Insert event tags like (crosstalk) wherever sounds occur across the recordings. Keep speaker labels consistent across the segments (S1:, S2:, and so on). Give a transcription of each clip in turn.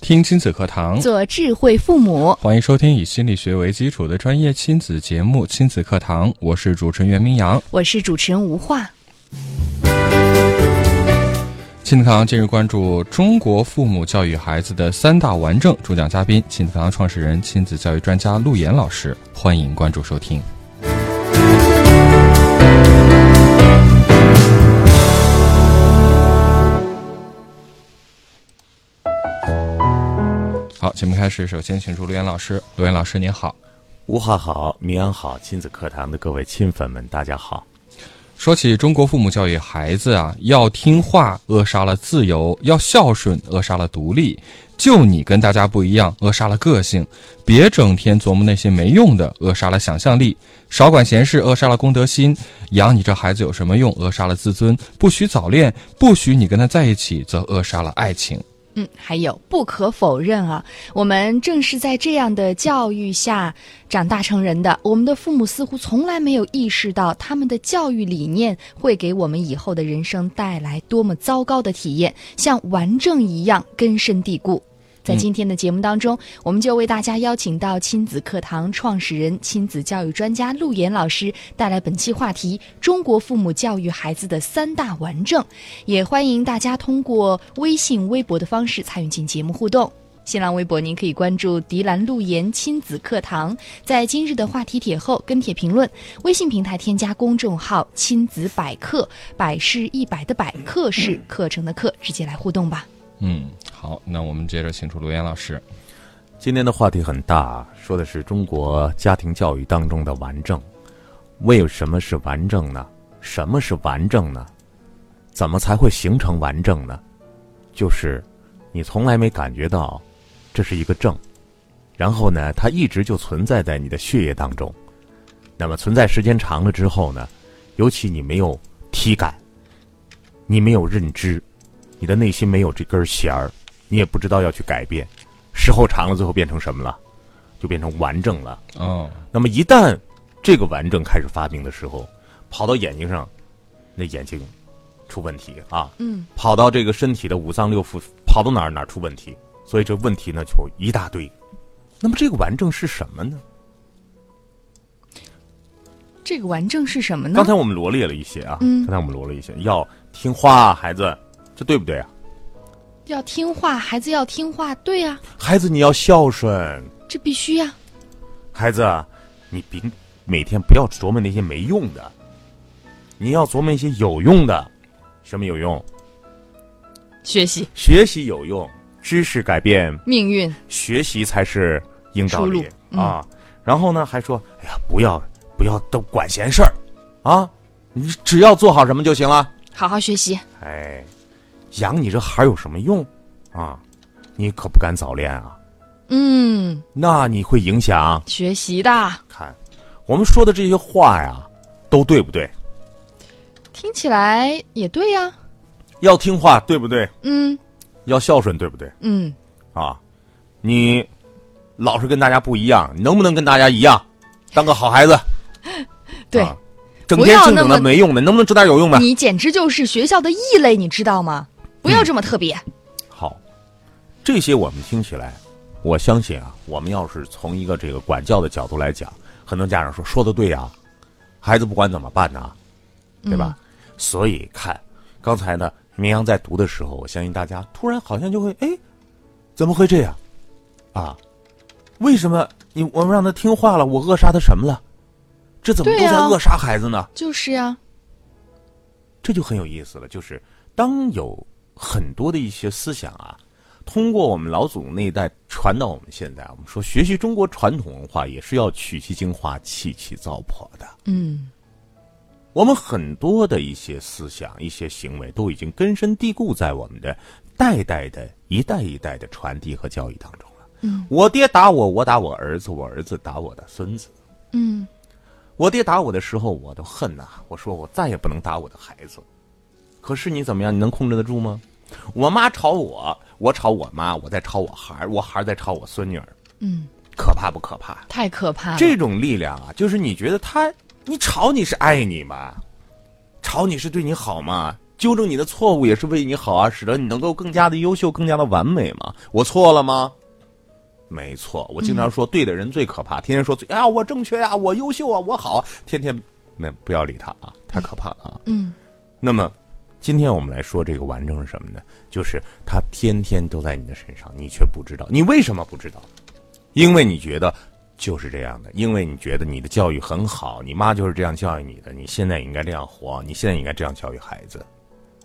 S1: 听亲子课堂，
S2: 做智慧父母。
S1: 欢迎收听以心理学为基础的专业亲子节目《亲子课堂》，我是主持人袁明阳。
S2: 我是主持人吴化。
S1: 亲子课堂近日关注中国父母教育孩子的三大顽症，主讲嘉宾亲子课堂创始人、亲子教育专家陆岩老师，欢迎关注收听。好，节目开始，首先请出陆岩老师。陆岩老师您好。
S3: 吴浩好，明阳好，亲子课堂的各位亲粉们，大家好。
S1: 说起中国父母教育孩子啊，要听话扼杀了自由，要孝顺扼杀了独立，就你跟大家不一样扼杀了个性，别整天琢磨那些没用的扼杀了想象力，少管闲事扼杀了公德心，养你这孩子有什么用扼杀了自尊，不许早恋，不许你跟他在一起，则扼杀了爱情。
S2: 嗯，还有不可否认啊，我们正是在这样的教育下长大成人的。我们的父母似乎从来没有意识到，他们的教育理念会给我们以后的人生带来多么糟糕的体验，像顽症一样根深蒂固。在今天的节目当中，我们就为大家邀请到亲子课堂创始人、亲子教育专家陆岩老师，带来本期话题：中国父母教育孩子的三大顽症。也欢迎大家通过微信、微博的方式参与进节目互动。新浪微博，您可以关注“迪兰路言亲子课堂”，在今日的话题帖后跟帖评论。微信平台添加公众号“亲子百科”，百是一百的百，课是课程的课，直接来互动吧。
S1: 嗯，好，那我们接着请出陆岩老师。
S3: 今天的话题很大，啊说的是中国家庭教育当中的顽症。为什么是顽症呢？什么是顽症呢？怎么才会形成顽症呢？就是你从来没感觉到这是一个症，然后呢，它一直就存在在你的血液当中。那么存在时间长了之后呢，尤其你没有体感，你没有认知，你的内心没有这根弦儿，你也不知道要去改变。时候长了，最后变成什么了？就变成顽症了。
S1: 哦，
S3: 那么一旦这个顽症开始发病的时候，跑到眼睛上，那眼睛出问题啊；
S2: 嗯，
S3: 跑到这个身体的五脏六腑，跑到哪儿哪儿出问题。所以这问题呢就一大堆。那么这个顽症是什么呢？
S2: 这个顽症是什么呢？
S3: 刚才我们罗列了一些啊，
S2: 嗯
S3: 刚才我们罗列一些，要听话啊，孩子，这对不对啊？
S2: 要听话，孩子要听话，对呀、
S3: 孩子，你要孝顺，
S2: 这必须呀、
S3: 孩子，啊你别每天不要琢磨那些没用的，你要琢磨一些有用的。什么有用？
S2: 学习
S3: 学习有用，知识改变
S2: 命运，
S3: 学习才是硬道理
S2: 出路、嗯
S3: 啊。然后呢，还说，哎呀，不要不要都管闲事儿啊，你只要做好什么就行了。
S2: 好好学习。
S3: 哎，养你这孩儿有什么用啊？你可不敢早恋啊，
S2: 嗯，
S3: 那你会影响
S2: 学习的，
S3: 看我们说的这些话呀，都对不对？
S2: 听起来也对呀、
S3: 要听话，对不对？
S2: 嗯
S3: 要孝顺，对不对？
S2: 嗯，
S3: 啊，你老是跟大家不一样，你能不能跟大家一样，当个好孩子？
S2: 对、
S3: 啊整天
S2: 不要
S3: 净
S2: 那
S3: 整
S2: 么
S3: 那没用的，能不能整点有用的？
S2: 你简直就是学校的异类，你知道吗？不要这么特别。
S3: 好，这些我们听起来，我相信啊，我们要是从一个这个管教的角度来讲，很多家长说说的对呀、啊孩子不管怎么办呢、嗯对吧？
S2: 嗯
S3: 所以看刚才呢，明阳在读的时候，我相信大家突然好像就会哎，怎么会这样啊？为什么你我们让他听话了，我扼杀他什么了？这怎么
S2: 对
S3: 都在
S2: 呀
S3: 扼杀孩子呢？
S2: 就是呀、
S3: 这就很有意思了，就是当有很多的一些思想啊，通过我们老祖宗那一代传到我们现在，我们说学习中国传统文化也是要取其精华，弃其糟粕的。
S2: 嗯，
S3: 我们很多的一些思想、一些行为都已经根深蒂固在我们的代代的一代一代的传递和教育当中了。嗯，我爹打我，我打我儿子，我儿子打我的孙子。
S2: 嗯，
S3: 我爹打我的时候，我都恨呐、我说我再也不能打我的孩子。可是你怎么样？你能控制得住吗？我妈吵我，我吵我妈，我再吵我孩儿，我孩儿再吵我孙女儿，
S2: 嗯，
S3: 可怕不可怕？
S2: 太可怕了。
S3: 这种力量啊，就是你觉得他，你吵你是爱你吗？吵你是对你好吗？纠正你的错误也是为你好啊，使得你能够更加的优秀、更加的完美嘛。我错了吗？没错，我经常说对的人最可
S2: 嗯
S3: 怕，天天说最啊我正确啊，我优秀啊，我好啊，天天那不要理他啊，太可怕了啊。
S2: 嗯
S3: 那么，今天我们来说这个顽症是什么呢？就是它天天都在你的身上，你却不知道。你为什么不知道？因为你觉得就是这样的，因为你觉得你的教育很好，你妈就是这样教育你的，你现在应该这样活，你现在应该这样教育孩子。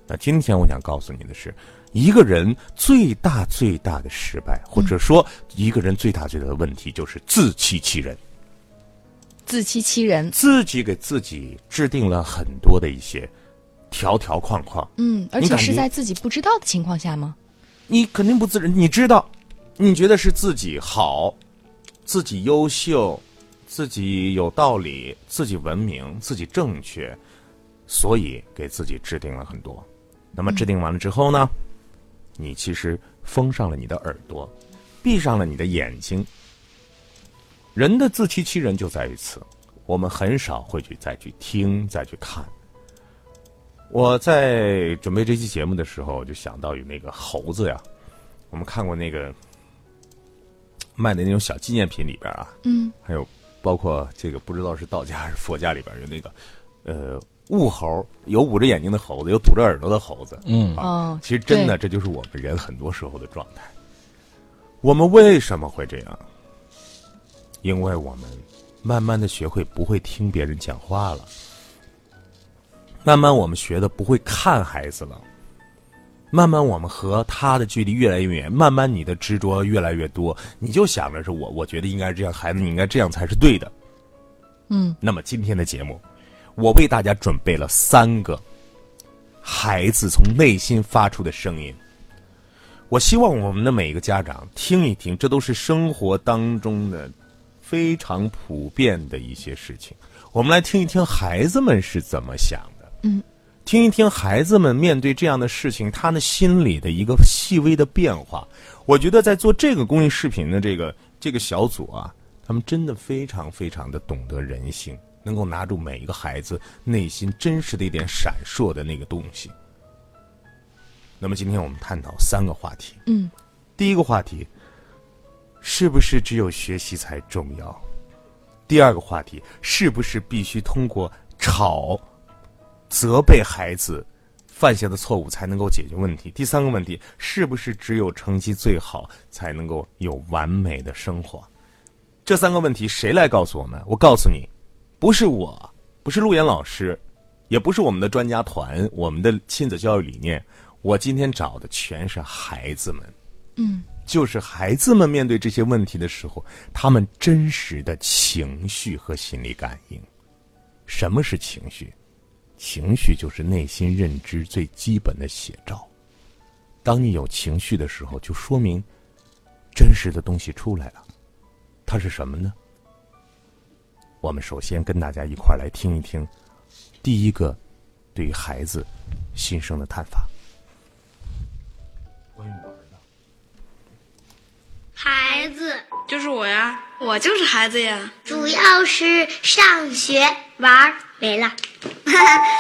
S3: 那今天我想告诉你的是，一个人最大最大的失败，或者说一个人最大最大的问题，就是自欺欺人。
S2: 自欺欺人。
S3: 自己给自己制定了很多的一些条条框框，
S2: 嗯，而
S3: 你
S2: 且
S3: 感
S2: 是
S3: 觉
S2: 在自己不知道的情况下吗？
S3: 你肯定不自知，你知道，你觉得是自己好，自己优秀，自己有道理，自己文明，自己正确，所以给自己制定了很多。那么制定完了之后呢，你其实封上了你的耳朵，闭上了你的眼睛。人的自欺欺人就在于此，我们很少会去再去听、再去看。我在准备这期节目的时候，我就想到有那个猴子呀，我们看过那个卖的那种小纪念品里边啊，
S2: 嗯，
S3: 还有包括这个不知道是道家还是佛家里边有那个呃雾猴，有捂着眼睛的猴子，有堵着耳朵的猴子，
S1: 嗯
S3: 啊
S2: 哦，
S3: 其实真的，这就是我们人很多时候的状态。我们为什么会这样？因为我们慢慢的学会不会听别人讲话了，慢慢我们学的不会看孩子了，慢慢我们和他的距离越来越远，慢慢你的执着越来越多，你就想着是我，我觉得应该这样，孩子你应该这样才是对的。
S2: 嗯，
S3: 那么今天的节目，我为大家准备了三个孩子从内心发出的声音。我希望我们的每一个家长听一听，这都是生活当中的非常普遍的一些事情。我们来听一听孩子们是怎么想的，
S2: 嗯，
S3: 听一听孩子们面对这样的事情，他的心理的一个细微的变化。我觉得在做这个公益视频的这个这个小组啊，他们真的非常非常的懂得人性，能够拿住每一个孩子内心真实的一点闪烁的那个东西。那么今天我们探讨三个话题。
S2: 嗯，
S3: 第一个话题，是不是只有学习才重要？第二个话题，是不是必须通过吵、责备孩子犯下的错误才能够解决问题？第三个问题，是不是只有成绩最好才能够有完美的生活？这三个问题谁来告诉我们？我告诉你，不是我，不是陆岩老师，也不是我们的专家团，我们的亲子教育理念。我今天找的全是孩子们，
S2: 嗯，
S3: 就是孩子们面对这些问题的时候，他们真实的情绪和心理感应。什么是情绪？情绪就是内心认知最基本的写照。当你有情绪的时候，就说明真实的东西出来了。它是什么呢？我们首先跟大家一块儿来听一听第一个对于孩子心声的探访。
S4: 孩子
S5: 就是我呀，我就是孩子呀。
S4: 主要是上学玩儿没 (laughs) 了，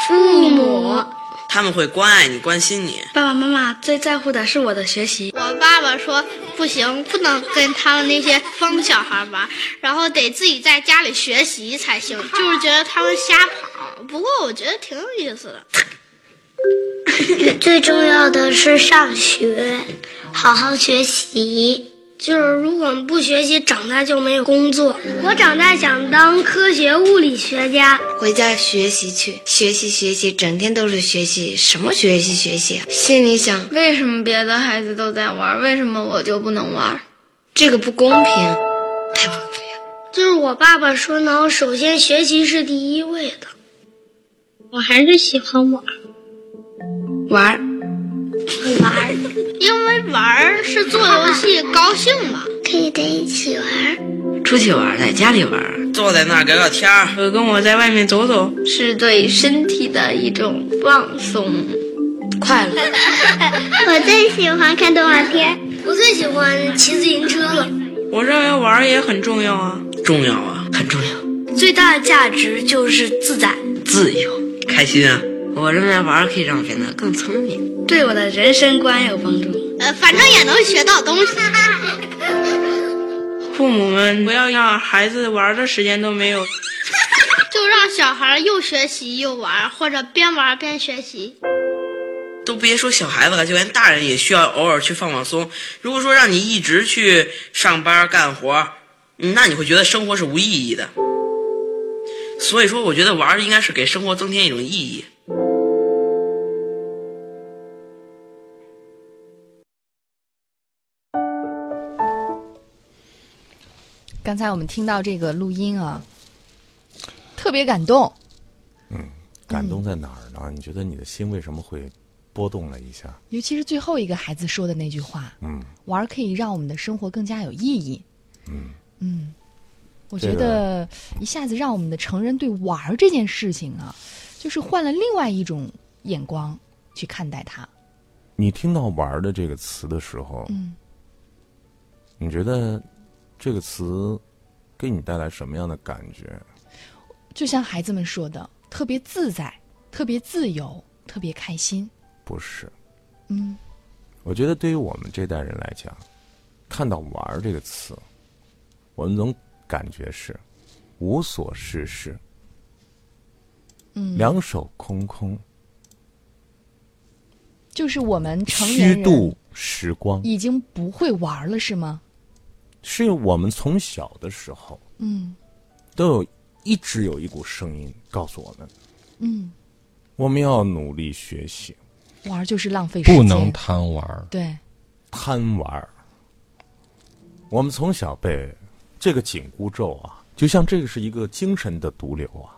S4: 父母。
S6: 他们会关爱你、关心你。
S5: 爸爸妈妈最在乎的是我的学习。
S4: 我爸爸说不行，不能跟他们那些疯小孩玩，然后得自己在家里学习才行，就是觉得他们瞎跑。不过我觉得挺有意思的。最重要的是上学，好好学习。就是如果不学习，长大就没有工作。我长大想当科学物理学家。
S7: 回家学习去，学习学习，整天都是学习，什么学习学习啊？心里想，
S8: 为什么别的孩子都在玩，为什么我就不能玩？
S7: 这个不公平，太不公平了。
S4: 就是我爸爸说呢，首先学习是第一位的。我还是喜欢玩
S7: 玩儿，
S4: 玩儿，因为玩儿是做游戏高兴嘛，可以在一起玩儿。
S6: 出去玩儿，在家里玩儿，坐在那儿聊聊天儿。
S8: 呃，跟我在外面走走，
S5: 是对身体的一种放松。
S7: 快乐。
S4: 我最喜欢看动画片，我最喜欢骑自行车了。
S8: 我认为玩儿也很重要啊。
S6: 重要啊，很重要，
S4: 最大的价值就是自在。
S6: 自由，开心啊！我认为玩儿可以让我变得更聪明。
S5: 对我的人生观有帮助。
S4: 呃，反正也能学到东西。
S8: 父母们不要让孩子玩儿的时间都没有。
S4: 就让小孩又学习又玩，或者边玩边学习。
S6: 都别说小孩子了，就连大人也需要偶尔去放放松。如果说让你一直去上班干活，嗯那你会觉得生活是无意义的。所以说，我觉得玩儿应该是给生活增添一种意义。
S2: 刚才我们听到这个录音啊，特别感动。
S3: 感动在哪儿呢？你觉得你的心为什么会波动了一下？
S2: 尤其是最后一个孩子说的那句话，
S3: 嗯，
S2: 玩儿可以让我们的生活更加有意义。
S3: 嗯
S2: 嗯我
S3: 这
S2: 觉
S3: 个
S2: 得一下子让我们的成人对玩儿这件事情啊，就是换了另外一种眼光去看待它。
S3: 你听到“玩儿”的这个词的时候，
S2: 嗯，
S3: 你觉得这个词给你带来什么样的感觉？
S2: 就像孩子们说的，特别自在，特别自由，特别开心。
S3: 不是，
S2: 嗯，
S3: 我觉得对于我们这代人来讲，看到“玩儿”这个词，我们总感觉是无所事事，
S2: 嗯
S3: 两手空空，
S2: 就是我们成
S3: 虚
S2: 年人
S3: 度时光。
S2: 已经不会玩儿了，是吗？
S3: 是我们从小的时候
S2: 嗯
S3: 都有一直有一股声音告诉我们，
S2: 嗯，
S3: 我们要努力学习，
S2: 玩儿就是浪费时间，
S1: 不能贪玩儿。
S2: 对，
S3: 贪玩儿。我们从小被这个紧箍咒啊，就像这个是一个精神的毒瘤啊。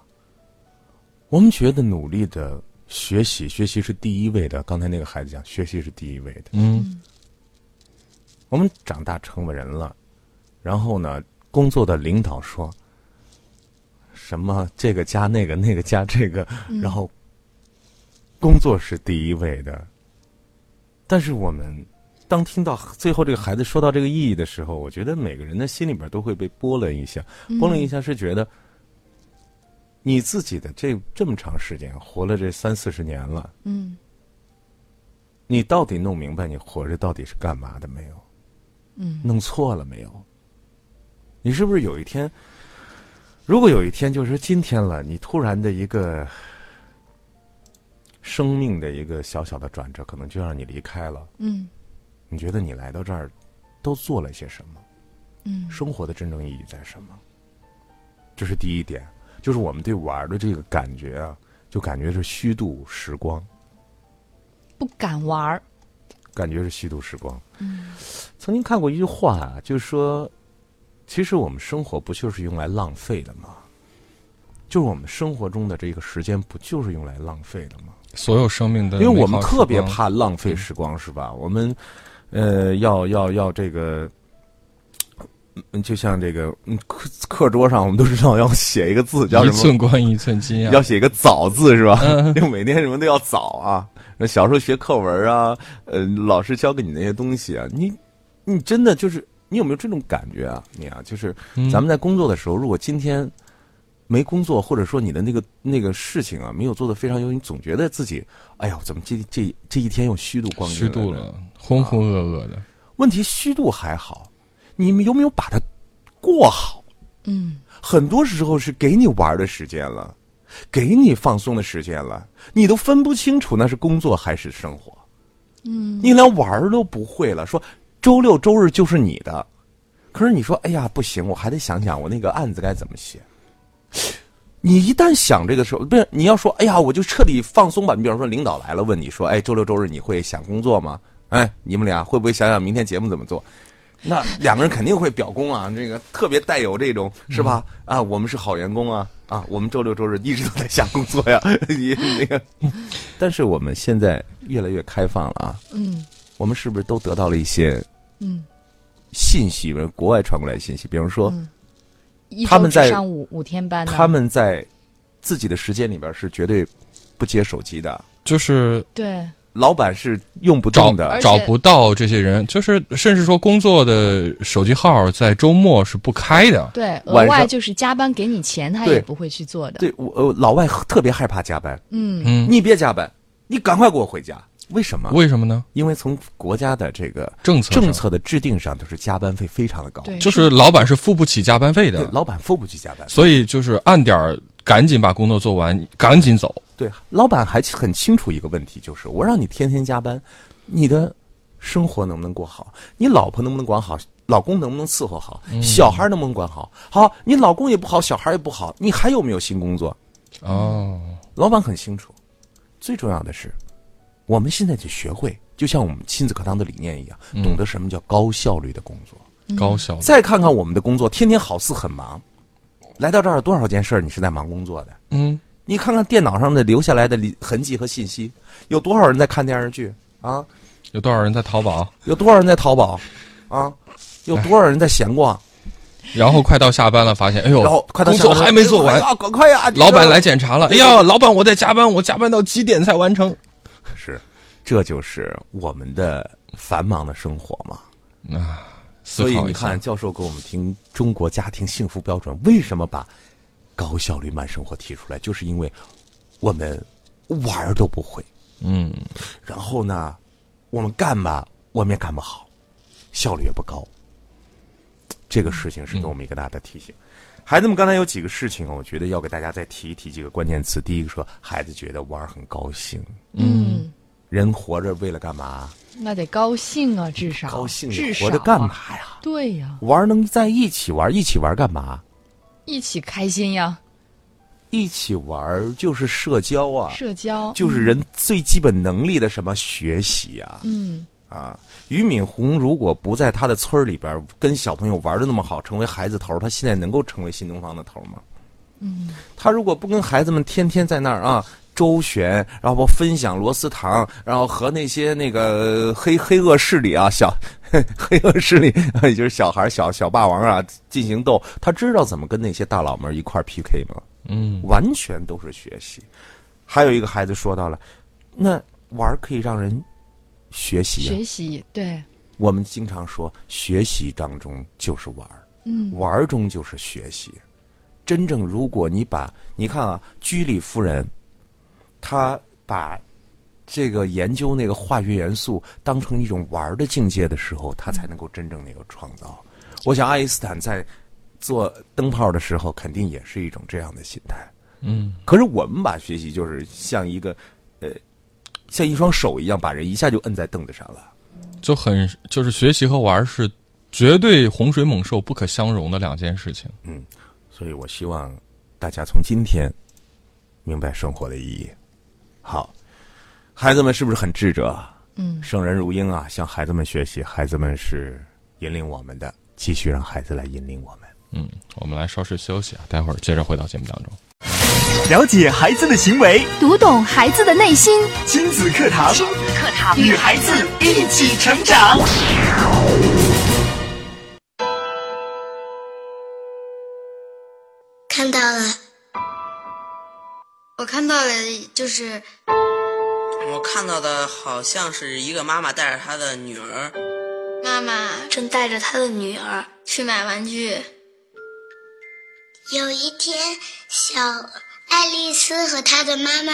S3: 我们觉得努力的学习，学习是第一位的。刚才那个孩子讲，学习是第一位的。
S1: 嗯，
S3: 我们长大成为人了，然后呢，工作的领导说什么这个加那个，那个加这个，然后工作是第一位的。但是我们当听到最后这个孩子说到这个意义的时候，我觉得每个人的心里边都会被波澜一下，波澜一下是觉得。你自己的这这么长时间，活了这三四十年了，
S2: 嗯
S3: 你到底弄明白你活着到底是干嘛的没有？
S2: 嗯，
S3: 弄错了没有？你是不是有一天，如果有一天就是今天了，你突然的一个生命的一个小小的转折，可能就让你离开了。
S2: 嗯
S3: 你觉得你来到这儿都做了些什么？
S2: 嗯
S3: 生活的真正意义在什么？这是第一点，就是我们对玩儿的这个感觉啊，就感觉是虚度时光。
S2: 不敢玩儿，
S3: 感觉是虚度时光。曾经看过一句话啊，就是说，其实我们生活不就是用来浪费的吗？就是我们生活中的这个时间不就是用来浪费的吗？
S1: 所有生命
S3: 因
S1: 的
S3: 为我们
S1: 美好时
S3: 特别
S1: 光
S3: 怕浪费时光，是吧？我们呃，要要要这个。嗯，就像这个嗯课课桌上，我们都知道要写一个字叫
S1: 一
S3: 什么
S1: 寸光阴一嗯寸金啊
S3: 要！写一个“早”字是吧？ (laughs) 就每天什么都要早啊。那小时候学课文啊，呃，老师教给你那些东西啊，你你真的就是你有没有这种感觉啊？你啊，就是
S1: 嗯
S3: 咱们在工作的时候，如果今天没工作，或者说你的那个那个事情啊没有做的非常优，你总觉得自己哎呀，怎么这这这一天又虚度光阴
S1: 虚度
S3: 呢
S1: 了，浑浑
S3: 啊
S1: 噩噩的。
S3: 问题虚度还好，你们有没有把它过好？
S2: 嗯
S3: 很多时候是给你玩的时间了，给你放松的时间了，你都分不清楚那是工作还是生活。嗯，你连玩儿都不会了，说周六周日就是你的，可是你说，哎呀，不行，我还得想想我那个案子该怎么写。你一旦想这个时候，不是你要说，哎呀，我就彻底放松吧。你比方说，领导来了问你说，哎，周六周日你会想工作吗？哎，你们俩会不会想想明天节目怎么做？那两个人肯定会表功啊，这个特别带有这种是吧？
S2: 嗯
S3: 啊，我们是好员工啊，啊，我们周六周日一直都在下工作呀， (laughs) 你那个。但是我们现在越来越开放了啊，
S2: 嗯
S3: 我们是不是都得到了一些
S2: 嗯
S3: 信息，比如国外传过来的信息，比如说、
S2: 嗯一
S3: 他
S2: 周
S3: 们
S2: 只
S3: 在
S2: 上五五天班呢？
S3: 他们在自己的时间里边是绝对不接手机的，
S1: 就是
S2: 对
S3: 老板是用不
S1: 找
S3: 动的
S2: 而。且
S1: 找不到这些人，就是甚至说工作的手机号在周末是不开
S3: 啊
S1: 的。
S2: 对，额
S3: 晚
S2: 外
S3: 上
S2: 就是加班给你钱，他
S3: 对
S2: 也不会去做的。
S3: 对，我呃，老外特别害怕加班，
S2: 嗯，
S1: 嗯，
S3: 你别加班，你赶快给我回家。为什么？
S1: 为什么呢？
S3: 因为从国家的这个
S1: 政策上
S3: 政策的制定上，都是加班费非常的高，
S2: 对，
S1: 就是老板是付不起加班费
S3: 对
S1: 的，
S3: 老板付不起加班费。
S1: 所以就是按点儿赶紧把工作做完，赶紧走。
S3: 对，老板还很清楚一个问题，就是我让你天天加班，你的生活能不能过好？你老婆能不能管好？老公能不能伺候好？小孩能不能管好？好，你老公也不好，小孩也不好，你还有没有新工作？
S1: 哦，
S3: 老板很清楚。最重要的是，我们现在得学会，就像我们亲子课堂的理念一样，懂得什么叫高效率的工作。
S2: 嗯
S1: 高效的，
S3: 再看看我们的工作，天天好似很忙，来到这儿多少件事儿你是在忙工作的？
S1: 嗯，
S3: 你看看电脑上的留下来的里痕迹和信息，有多少人在看电视剧啊？
S1: 有多少人在淘宝？
S3: 有多少人在淘宝啊？有多少人在闲逛？
S1: 然后快到下班了，发现哎呦，
S3: 然后快到
S1: 工
S3: 下班
S1: 作
S3: 了
S1: 还没做完
S3: 哎，呀赶快呀！
S1: 老板
S3: 这
S1: 来检查了，哎呀，老板我在加班，我加班到几点才完成？
S3: 是，这就是我们的繁忙的生活嘛。
S1: 思
S3: 所以
S1: 考
S3: 你
S1: 一
S3: 看，
S1: 下，
S3: 教授给我们听中国家庭幸福标准，为什么把高效率慢生活提出来，就是因为我们玩儿都不会，
S1: 嗯，
S3: 然后呢，我们干吧，我们也干不好，效率也不高。这个事情
S1: 嗯
S3: 是给我们一个大的提醒。孩子们刚才有几个事情，我觉得要给大家再提一提几个关键词。第一个说，孩子觉得玩儿很高兴，
S2: 嗯，
S3: 人活着为了干嘛？
S2: 那得高兴啊，至少
S3: 高兴，
S2: 至少
S3: 活着干
S2: 啊
S3: 嘛呀？
S2: 对呀，
S3: 玩儿能在一起玩儿，一起玩儿干嘛？
S2: 一起开心呀，
S3: 一起玩儿就是社交啊，
S2: 社交
S3: 就是人最基本能力的什么学习啊。
S2: 嗯，
S3: 啊，俞敏洪如果不在他的村儿里边儿跟小朋友玩的那么好，成为孩子头儿，他现在能够成为新东方的头儿吗？嗯，他如果不跟孩子们天天在那儿啊周旋，然后分享螺丝糖，然后和那些那个黑黑恶势力啊小 (laughs) 黑恶势力，也就是小孩儿小小霸王啊进行斗，他知道怎么跟那些大佬们儿一块儿 PK 吗？嗯，完全都是学习。还有一个孩子说到了，那玩儿可以让人学习、啊，
S2: 学习对，
S3: 我们经常说，学习当中就是玩儿，嗯，玩儿中就是学习。真正如果你把你看啊，居里夫人，她把这个研究那个化学元素当成一种玩儿的境界的时候，她才能够真正那个创造。我想爱因斯坦在做灯泡的时候，肯定也是一种这样的心态。嗯，可是我们把学习就是像一个呃，像一双手一样，把人一下就摁在凳子上了。
S1: 就很就是学习和玩儿是绝对洪水猛兽不可相容的两件事情。
S3: 所以我希望大家从今天明白生活的意义。好，孩子们是不是很智者？嗯，圣人如鹰啊，向孩子们学习，孩子们是引领我们的，继续让孩子来引领我们。
S1: 嗯，我们来稍事休息啊，待会儿接着回到节目当中。
S9: 了解孩子的行为，
S10: 读懂孩子的内心。
S9: 亲子课堂，亲子课堂，与孩子一起成长。
S4: (laughs) 看到了，
S8: 我看到了，就是
S6: 我看到的好像是一个妈妈带着她的女儿，
S8: 妈妈
S4: 正带着他的女儿。
S8: 去买玩具，
S4: 有一天，小爱丽丝和她的妈妈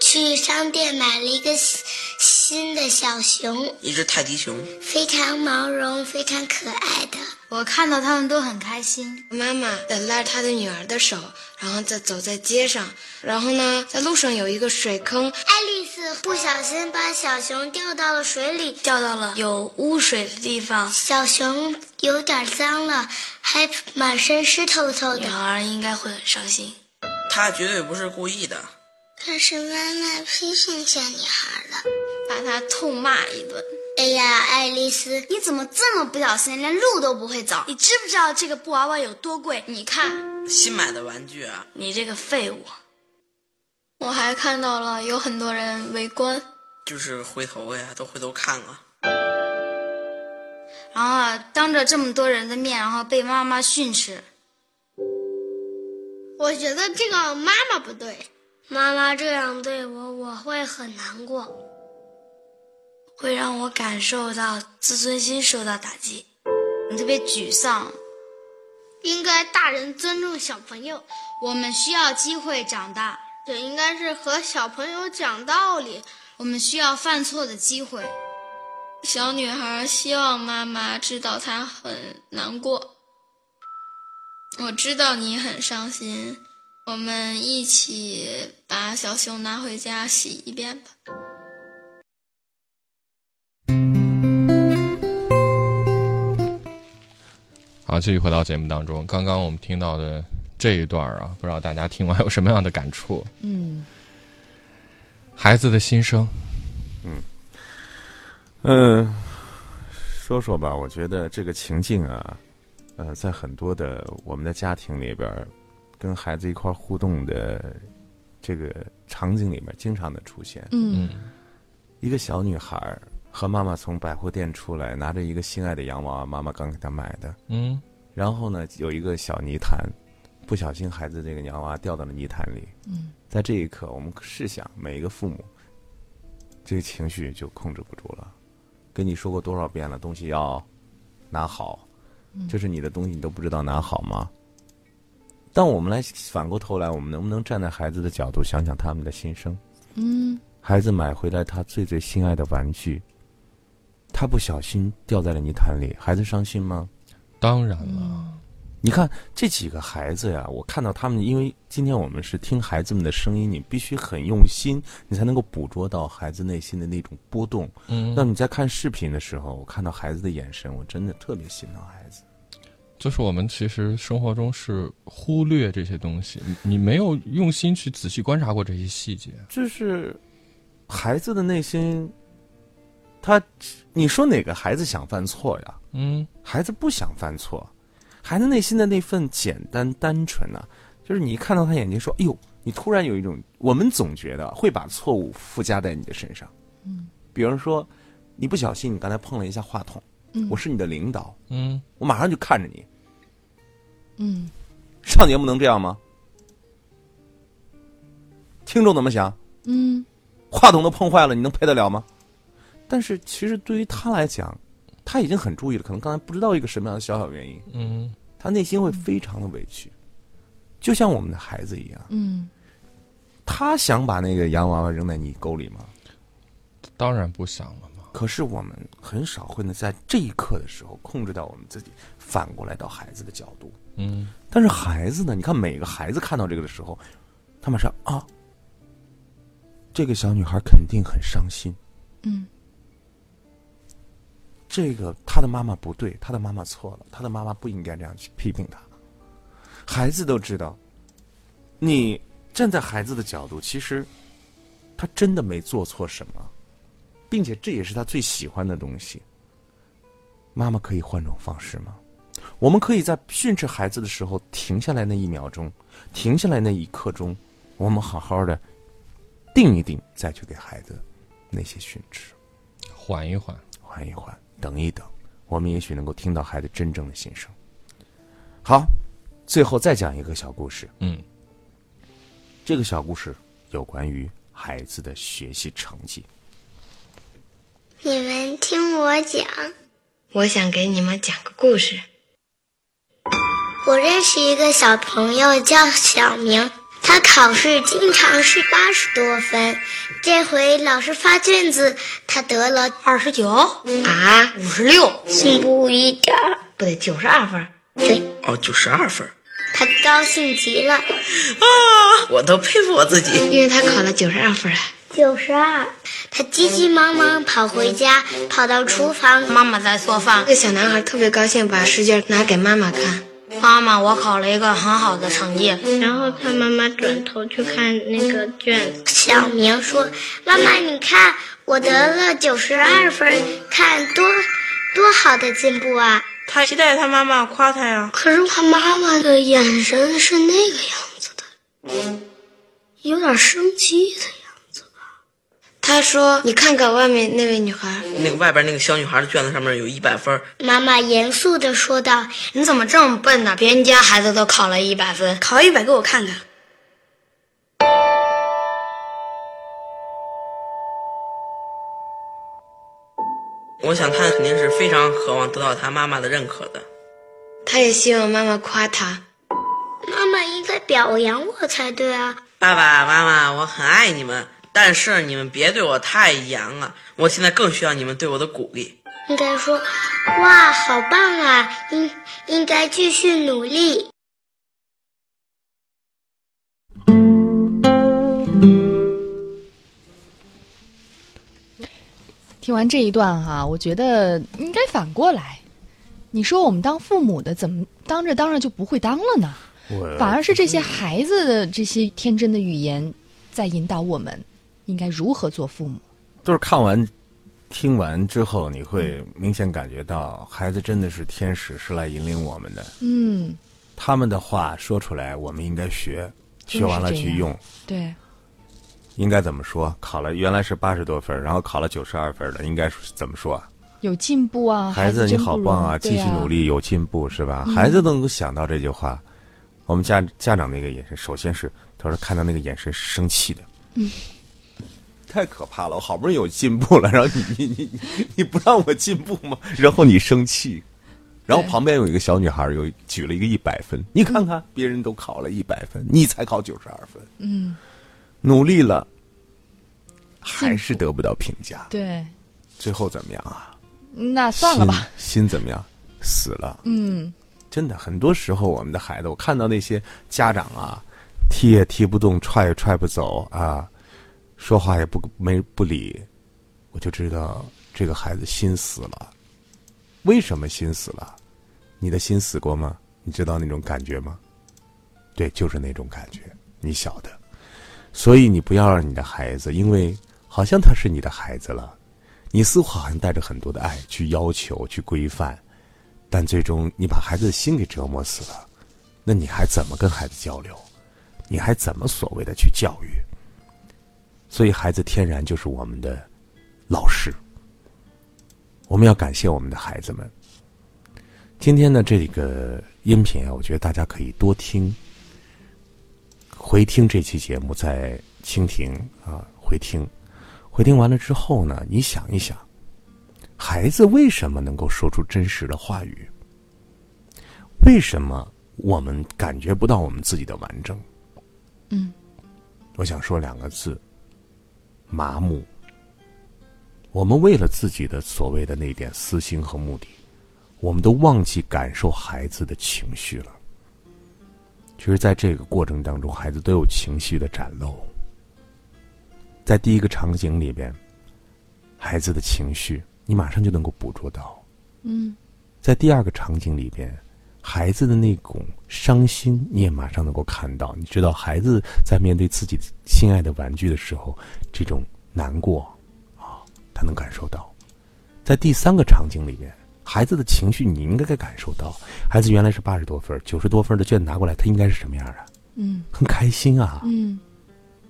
S4: 去商店买了一个新新的小熊，
S6: 一只泰迪熊。
S4: 非常毛绒、非常可爱的。
S8: 我看到他们都很开心。
S7: 妈妈在拉着她的女儿的手，然后再走在街上，然后呢，在路上有一个水坑，
S4: 爱丽丝不小心把小熊掉到了水里，
S8: 掉到了有污水的地方，
S4: 小熊有点脏了，还满身湿透透
S8: 女
S4: 的。
S8: 儿应该会很伤心。
S6: 她绝对不是故意的。
S4: 可是妈妈批评小女孩了。
S8: 把他痛骂一顿。
S4: 哎呀，爱丽丝，
S8: 你怎么这么不小心，连路都不会走？你知不知道这个布娃娃有多贵？你看，
S6: 新买的玩具啊，
S8: 你这个废物！我还看到了有很多人围观，
S6: 就是回头呀，都回头看啊了。
S8: 然后啊，当着这么多人的面，然后被妈妈训斥。
S4: 我觉得这个妈妈不对，
S11: 妈妈这样对我，我会很难过，会让我感受到自尊心受到打击，特别沮丧。
S4: 应该大人尊重小朋友，
S12: 我们需要机会长大，
S4: 这应该是和小朋友讲道理。
S12: 我们需要犯错的机会。
S5: 小女孩希望妈妈知道她很难过。我知道你很伤心，我们一起把小熊拿回家洗一遍吧。
S1: 好，继续回到节目当中。刚刚我们听到的这一段啊，不知道大家听完有什么样的感触？
S2: 嗯，
S1: 孩子的心声，
S3: 嗯，嗯、呃，说说吧，我觉得这个情境啊，呃，在很多的我们的家庭里边，跟孩子一块互动的这个场景里面，经常的出现。
S2: 嗯，
S3: 一个小女孩。和妈妈从百货店出来，拿着一个心爱的洋娃娃，妈妈刚给她买的。
S1: 嗯，
S3: 然后呢，有一个小泥潭，不小心孩子这个洋娃娃掉到了泥潭里。
S2: 嗯，
S3: 在这一刻，我们试想，每一个父母，这个情绪就控制不住了。跟你说过多少遍了，东西要拿好，
S2: 嗯
S3: 这是你的东西，你都不知道拿好吗？但我们来反过头来，我们能不能站在孩子的角度想想他们的心声？
S2: 嗯，
S3: 孩子买回来他最最心爱的玩具。他不小心掉在了泥潭里，孩子伤心吗？
S1: 当然了。
S3: 你看这几个孩子呀，我看到他们，因为今天我们是听孩子们的声音，你必须很用心，你才能够捕捉到孩子内心的那种波动。
S1: 嗯，
S3: 那你在看视频的时候，我看到孩子的眼神，我真的特别心疼孩子。
S1: 就是我们其实生活中是忽略这些东西，你没有用心去仔细观察过这些细节。
S3: 就是孩子的内心。他，你说哪个孩子想犯错呀？
S1: 嗯，
S3: 孩子不想犯错，孩子内心的那份简单单纯呢、啊，就是你一看到他眼睛说：“哎呦！”你突然有一种，我们总觉得会把错误附加在你的身上。
S2: 嗯，
S3: 比如说，你不小心你刚才碰了一下话筒，
S2: 嗯，
S3: 我是你的领导，
S1: 嗯，
S3: 我马上就看着你，
S2: 嗯，
S3: 上节目能这样吗？听众怎么想？
S2: 嗯，
S3: 话筒都碰坏了，你能赔得了吗？但是其实对于他来讲，他已经很注意了，可能刚才不知道一个什么样的小小原因，
S1: 嗯，
S3: 他内心会非常的委屈，就像我们的孩子一样，
S2: 嗯，
S3: 他想把那个洋娃娃扔在泥沟里吗？
S1: 当然不想了嘛。
S3: 可是我们很少会能在这一刻的时候控制到我们自己，反过来到孩子的角度，
S1: 嗯。
S3: 但是孩子呢？你看每个孩子看到这个的时候，他马上啊，这个小女孩肯定很伤心，
S2: 嗯。
S3: 这个他的妈妈不对，他的妈妈错了，他的妈妈不应该这样去批评他。孩子都知道，你站在孩子的角度，其实他真的没做错什么，并且这也是他最喜欢的东西。妈妈可以换种方式吗？我们可以在训斥孩子的时候停下来那一秒钟，停下来那一刻钟，我们好好的定一定，再去给孩子那些训斥，
S1: 缓一缓，
S3: 缓一缓。等一等，我们也许能够听到孩子真正的心声。好，最后再讲一个小故事。
S1: 嗯，
S3: 这个小故事有关于孩子的学习成绩。
S13: 你们听我讲，
S14: 我想给你们讲个故事。
S13: 我认识一个小朋友叫小明，他考试经常是八十多分，这回老师发卷子，他得了
S14: 二十九
S7: 嗯
S14: 啊，五十六，
S13: 进步一点儿，
S14: 不对，九十二分。
S13: 对，
S6: 哦，九十二分，
S13: 他高兴极了啊！
S6: 我都佩服我自己，
S14: 因为他考了九十二分了。
S7: 啊
S13: 九十二，他急急忙忙跑回家，跑到厨房，
S14: 妈妈在做饭。
S11: 这个小男孩特别高兴，把试卷拿给妈妈看。
S14: 妈妈，我考了一个很好的成绩。
S7: 嗯
S4: 然后他妈妈转头去看那个卷子。
S13: 小明说：“妈妈，你看，我得了九十二分，看多多好的进步啊！”
S12: 他期待他妈妈夸他呀。
S13: 可是他妈妈的眼神是那个样子的，有点生气的样子吧？
S14: 他
S7: 他说：“你看看外面那位女孩。”
S6: 那个外边那个小女孩的卷子上面有一百分儿，
S13: 妈妈严肃地说道：“
S14: 你怎么这么笨呢？别人家孩子都考了一百分，
S7: 考一百给我看看。”
S6: 我想他肯定是非常渴望得到他妈妈的认可的。
S7: 他也希望妈妈夸他。
S13: 妈妈应该表扬我才对啊！
S6: 爸爸妈妈，我很爱你们，但是你们别对我太严了，我现在更需要你们对我的鼓励。
S13: 应该说，哇，好棒啊！应应该继续努力。
S2: 听完这一段哈、我觉得应该反过来，你说我们当父母的怎么当着当着就不会当了呢？
S3: 我
S2: 反而是这些孩子的这些天真的语言，在引导我们应该如何做父母。
S3: 就是看完、听完之后，你会明显感觉到，孩子真的是天使，是来引领我们的。
S2: 嗯，
S3: 他们的话说出来，我们应该学，
S2: 就是
S3: 学完了
S2: 这样
S3: 去用。
S2: 对，
S3: 应该怎么说？考了原来是八十多分儿，然后考了九十二分儿的，应该是怎么说啊？
S2: 有进步啊，
S3: 孩
S2: 子
S3: 你
S2: 真
S3: 好
S2: 不
S3: 棒
S2: 容易
S3: 啊，继续努。
S2: 对啊
S3: 力，有进步是吧？
S2: 嗯
S3: 孩子能够想到这句话，我们家家长那个眼神，首先是他说看到那个眼神是生气的，
S2: 嗯，
S3: (laughs) 太可怕了！我好不容易有进步了，然后你你你你你不让我进步吗？然后你生气，然后旁边有一个小女孩儿有举了一个一百分，你看看、别人都考了一百分，你才考九十二分，
S2: 嗯，
S3: 努力了，还是得不到评价，
S2: 对，
S3: 最后怎么样啊？
S2: 那算了吧。
S3: 心，心怎么样？死了。
S2: 嗯，
S3: 真的，很多时候我们的孩子，我看到那些家长啊，踢也踢不动，踹也踹不走啊，说话也不没不理，我就知道这个孩子心死了。为什么心死了？你的心死过吗？你知道那种感觉吗？对，就是那种感觉，你晓得。所以你不要让你的孩子，因为好像他是你的孩子了，你似乎好像带着很多的爱去要求、去规范，但最终你把孩子的心给折磨死了，那你还怎么跟孩子交流？你还怎么所谓的去教育？所以，孩子天然就是我们的老师。我们要感谢我们的孩子们。今天的这个音频啊，我觉得大家可以多听，回听这期节目，在蜻蜓啊回听，回听完了之后呢，你想一想，孩子为什么能够说出真实的话语？为什么我们感觉不到我们自己的完整？
S2: 嗯，
S3: 我想说两个字：麻木。我们为了自己的所谓的那点私心和目的，我们都忘记感受孩子的情绪了。其实，在这个过程当中，孩子都有情绪的展露。在第一个场景里边，孩子的情绪你马上就能够捕捉到；
S2: 嗯
S3: 在第二个场景里边，孩子的那种伤心你也马上能够看到。你知道，孩子在面对自己心爱的玩具的时候，这种难过啊，他能感受到。在第三个场景里面，孩子的情绪你应该感受到。孩子原来是八十多分儿、九十多分儿的卷拿过来，他应该是什么样啊？
S2: 嗯
S3: 很开心啊。
S2: 嗯，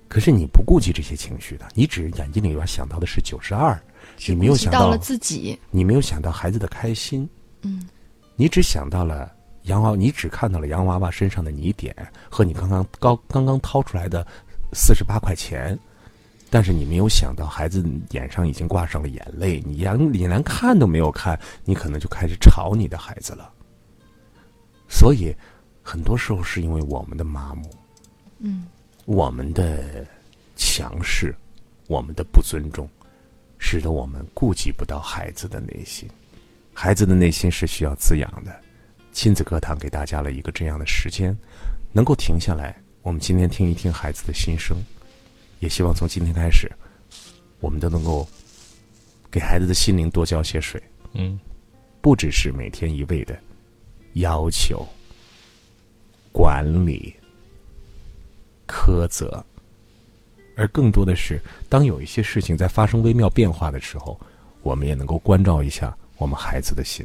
S3: 可是你不顾及这些情绪的，你只是眼睛里边想到的是九十二，你没有
S2: 顾及
S3: 想
S2: 到了自己。
S3: 你没有想到孩子的开心，
S2: 嗯
S3: 你只想到了洋娃，你只看到了洋娃娃身上的泥点和你刚刚高刚刚掏出来的四十八块钱，但是你没有想到孩子眼上已经挂上了眼泪，你连你连看都没有看，你可能就开始吵你的孩子了。所以，很多时候是因为我们的麻木，
S2: 嗯
S3: 我们的强势，我们的不尊重，使得我们顾及不到孩子的内心。孩子的内心是需要滋养的。亲子课堂给大家了一个这样的时间，能够停下来，我们今天听一听孩子的心声，也希望从今天开始，我们都能够给孩子的心灵多浇些水。
S1: 嗯，
S3: 不只是每天一味的要求、管理、苛责，而更多的是，当有一些事情在发生微妙变化的时候，我们也能够关照一下我们孩子的心。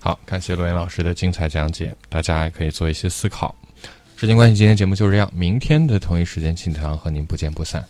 S1: 好，感谢罗岩老师的精彩讲解，大家也可以做一些思考。时间关系，今天节目就是这样，明天的同一时间，请堂和您不见不散。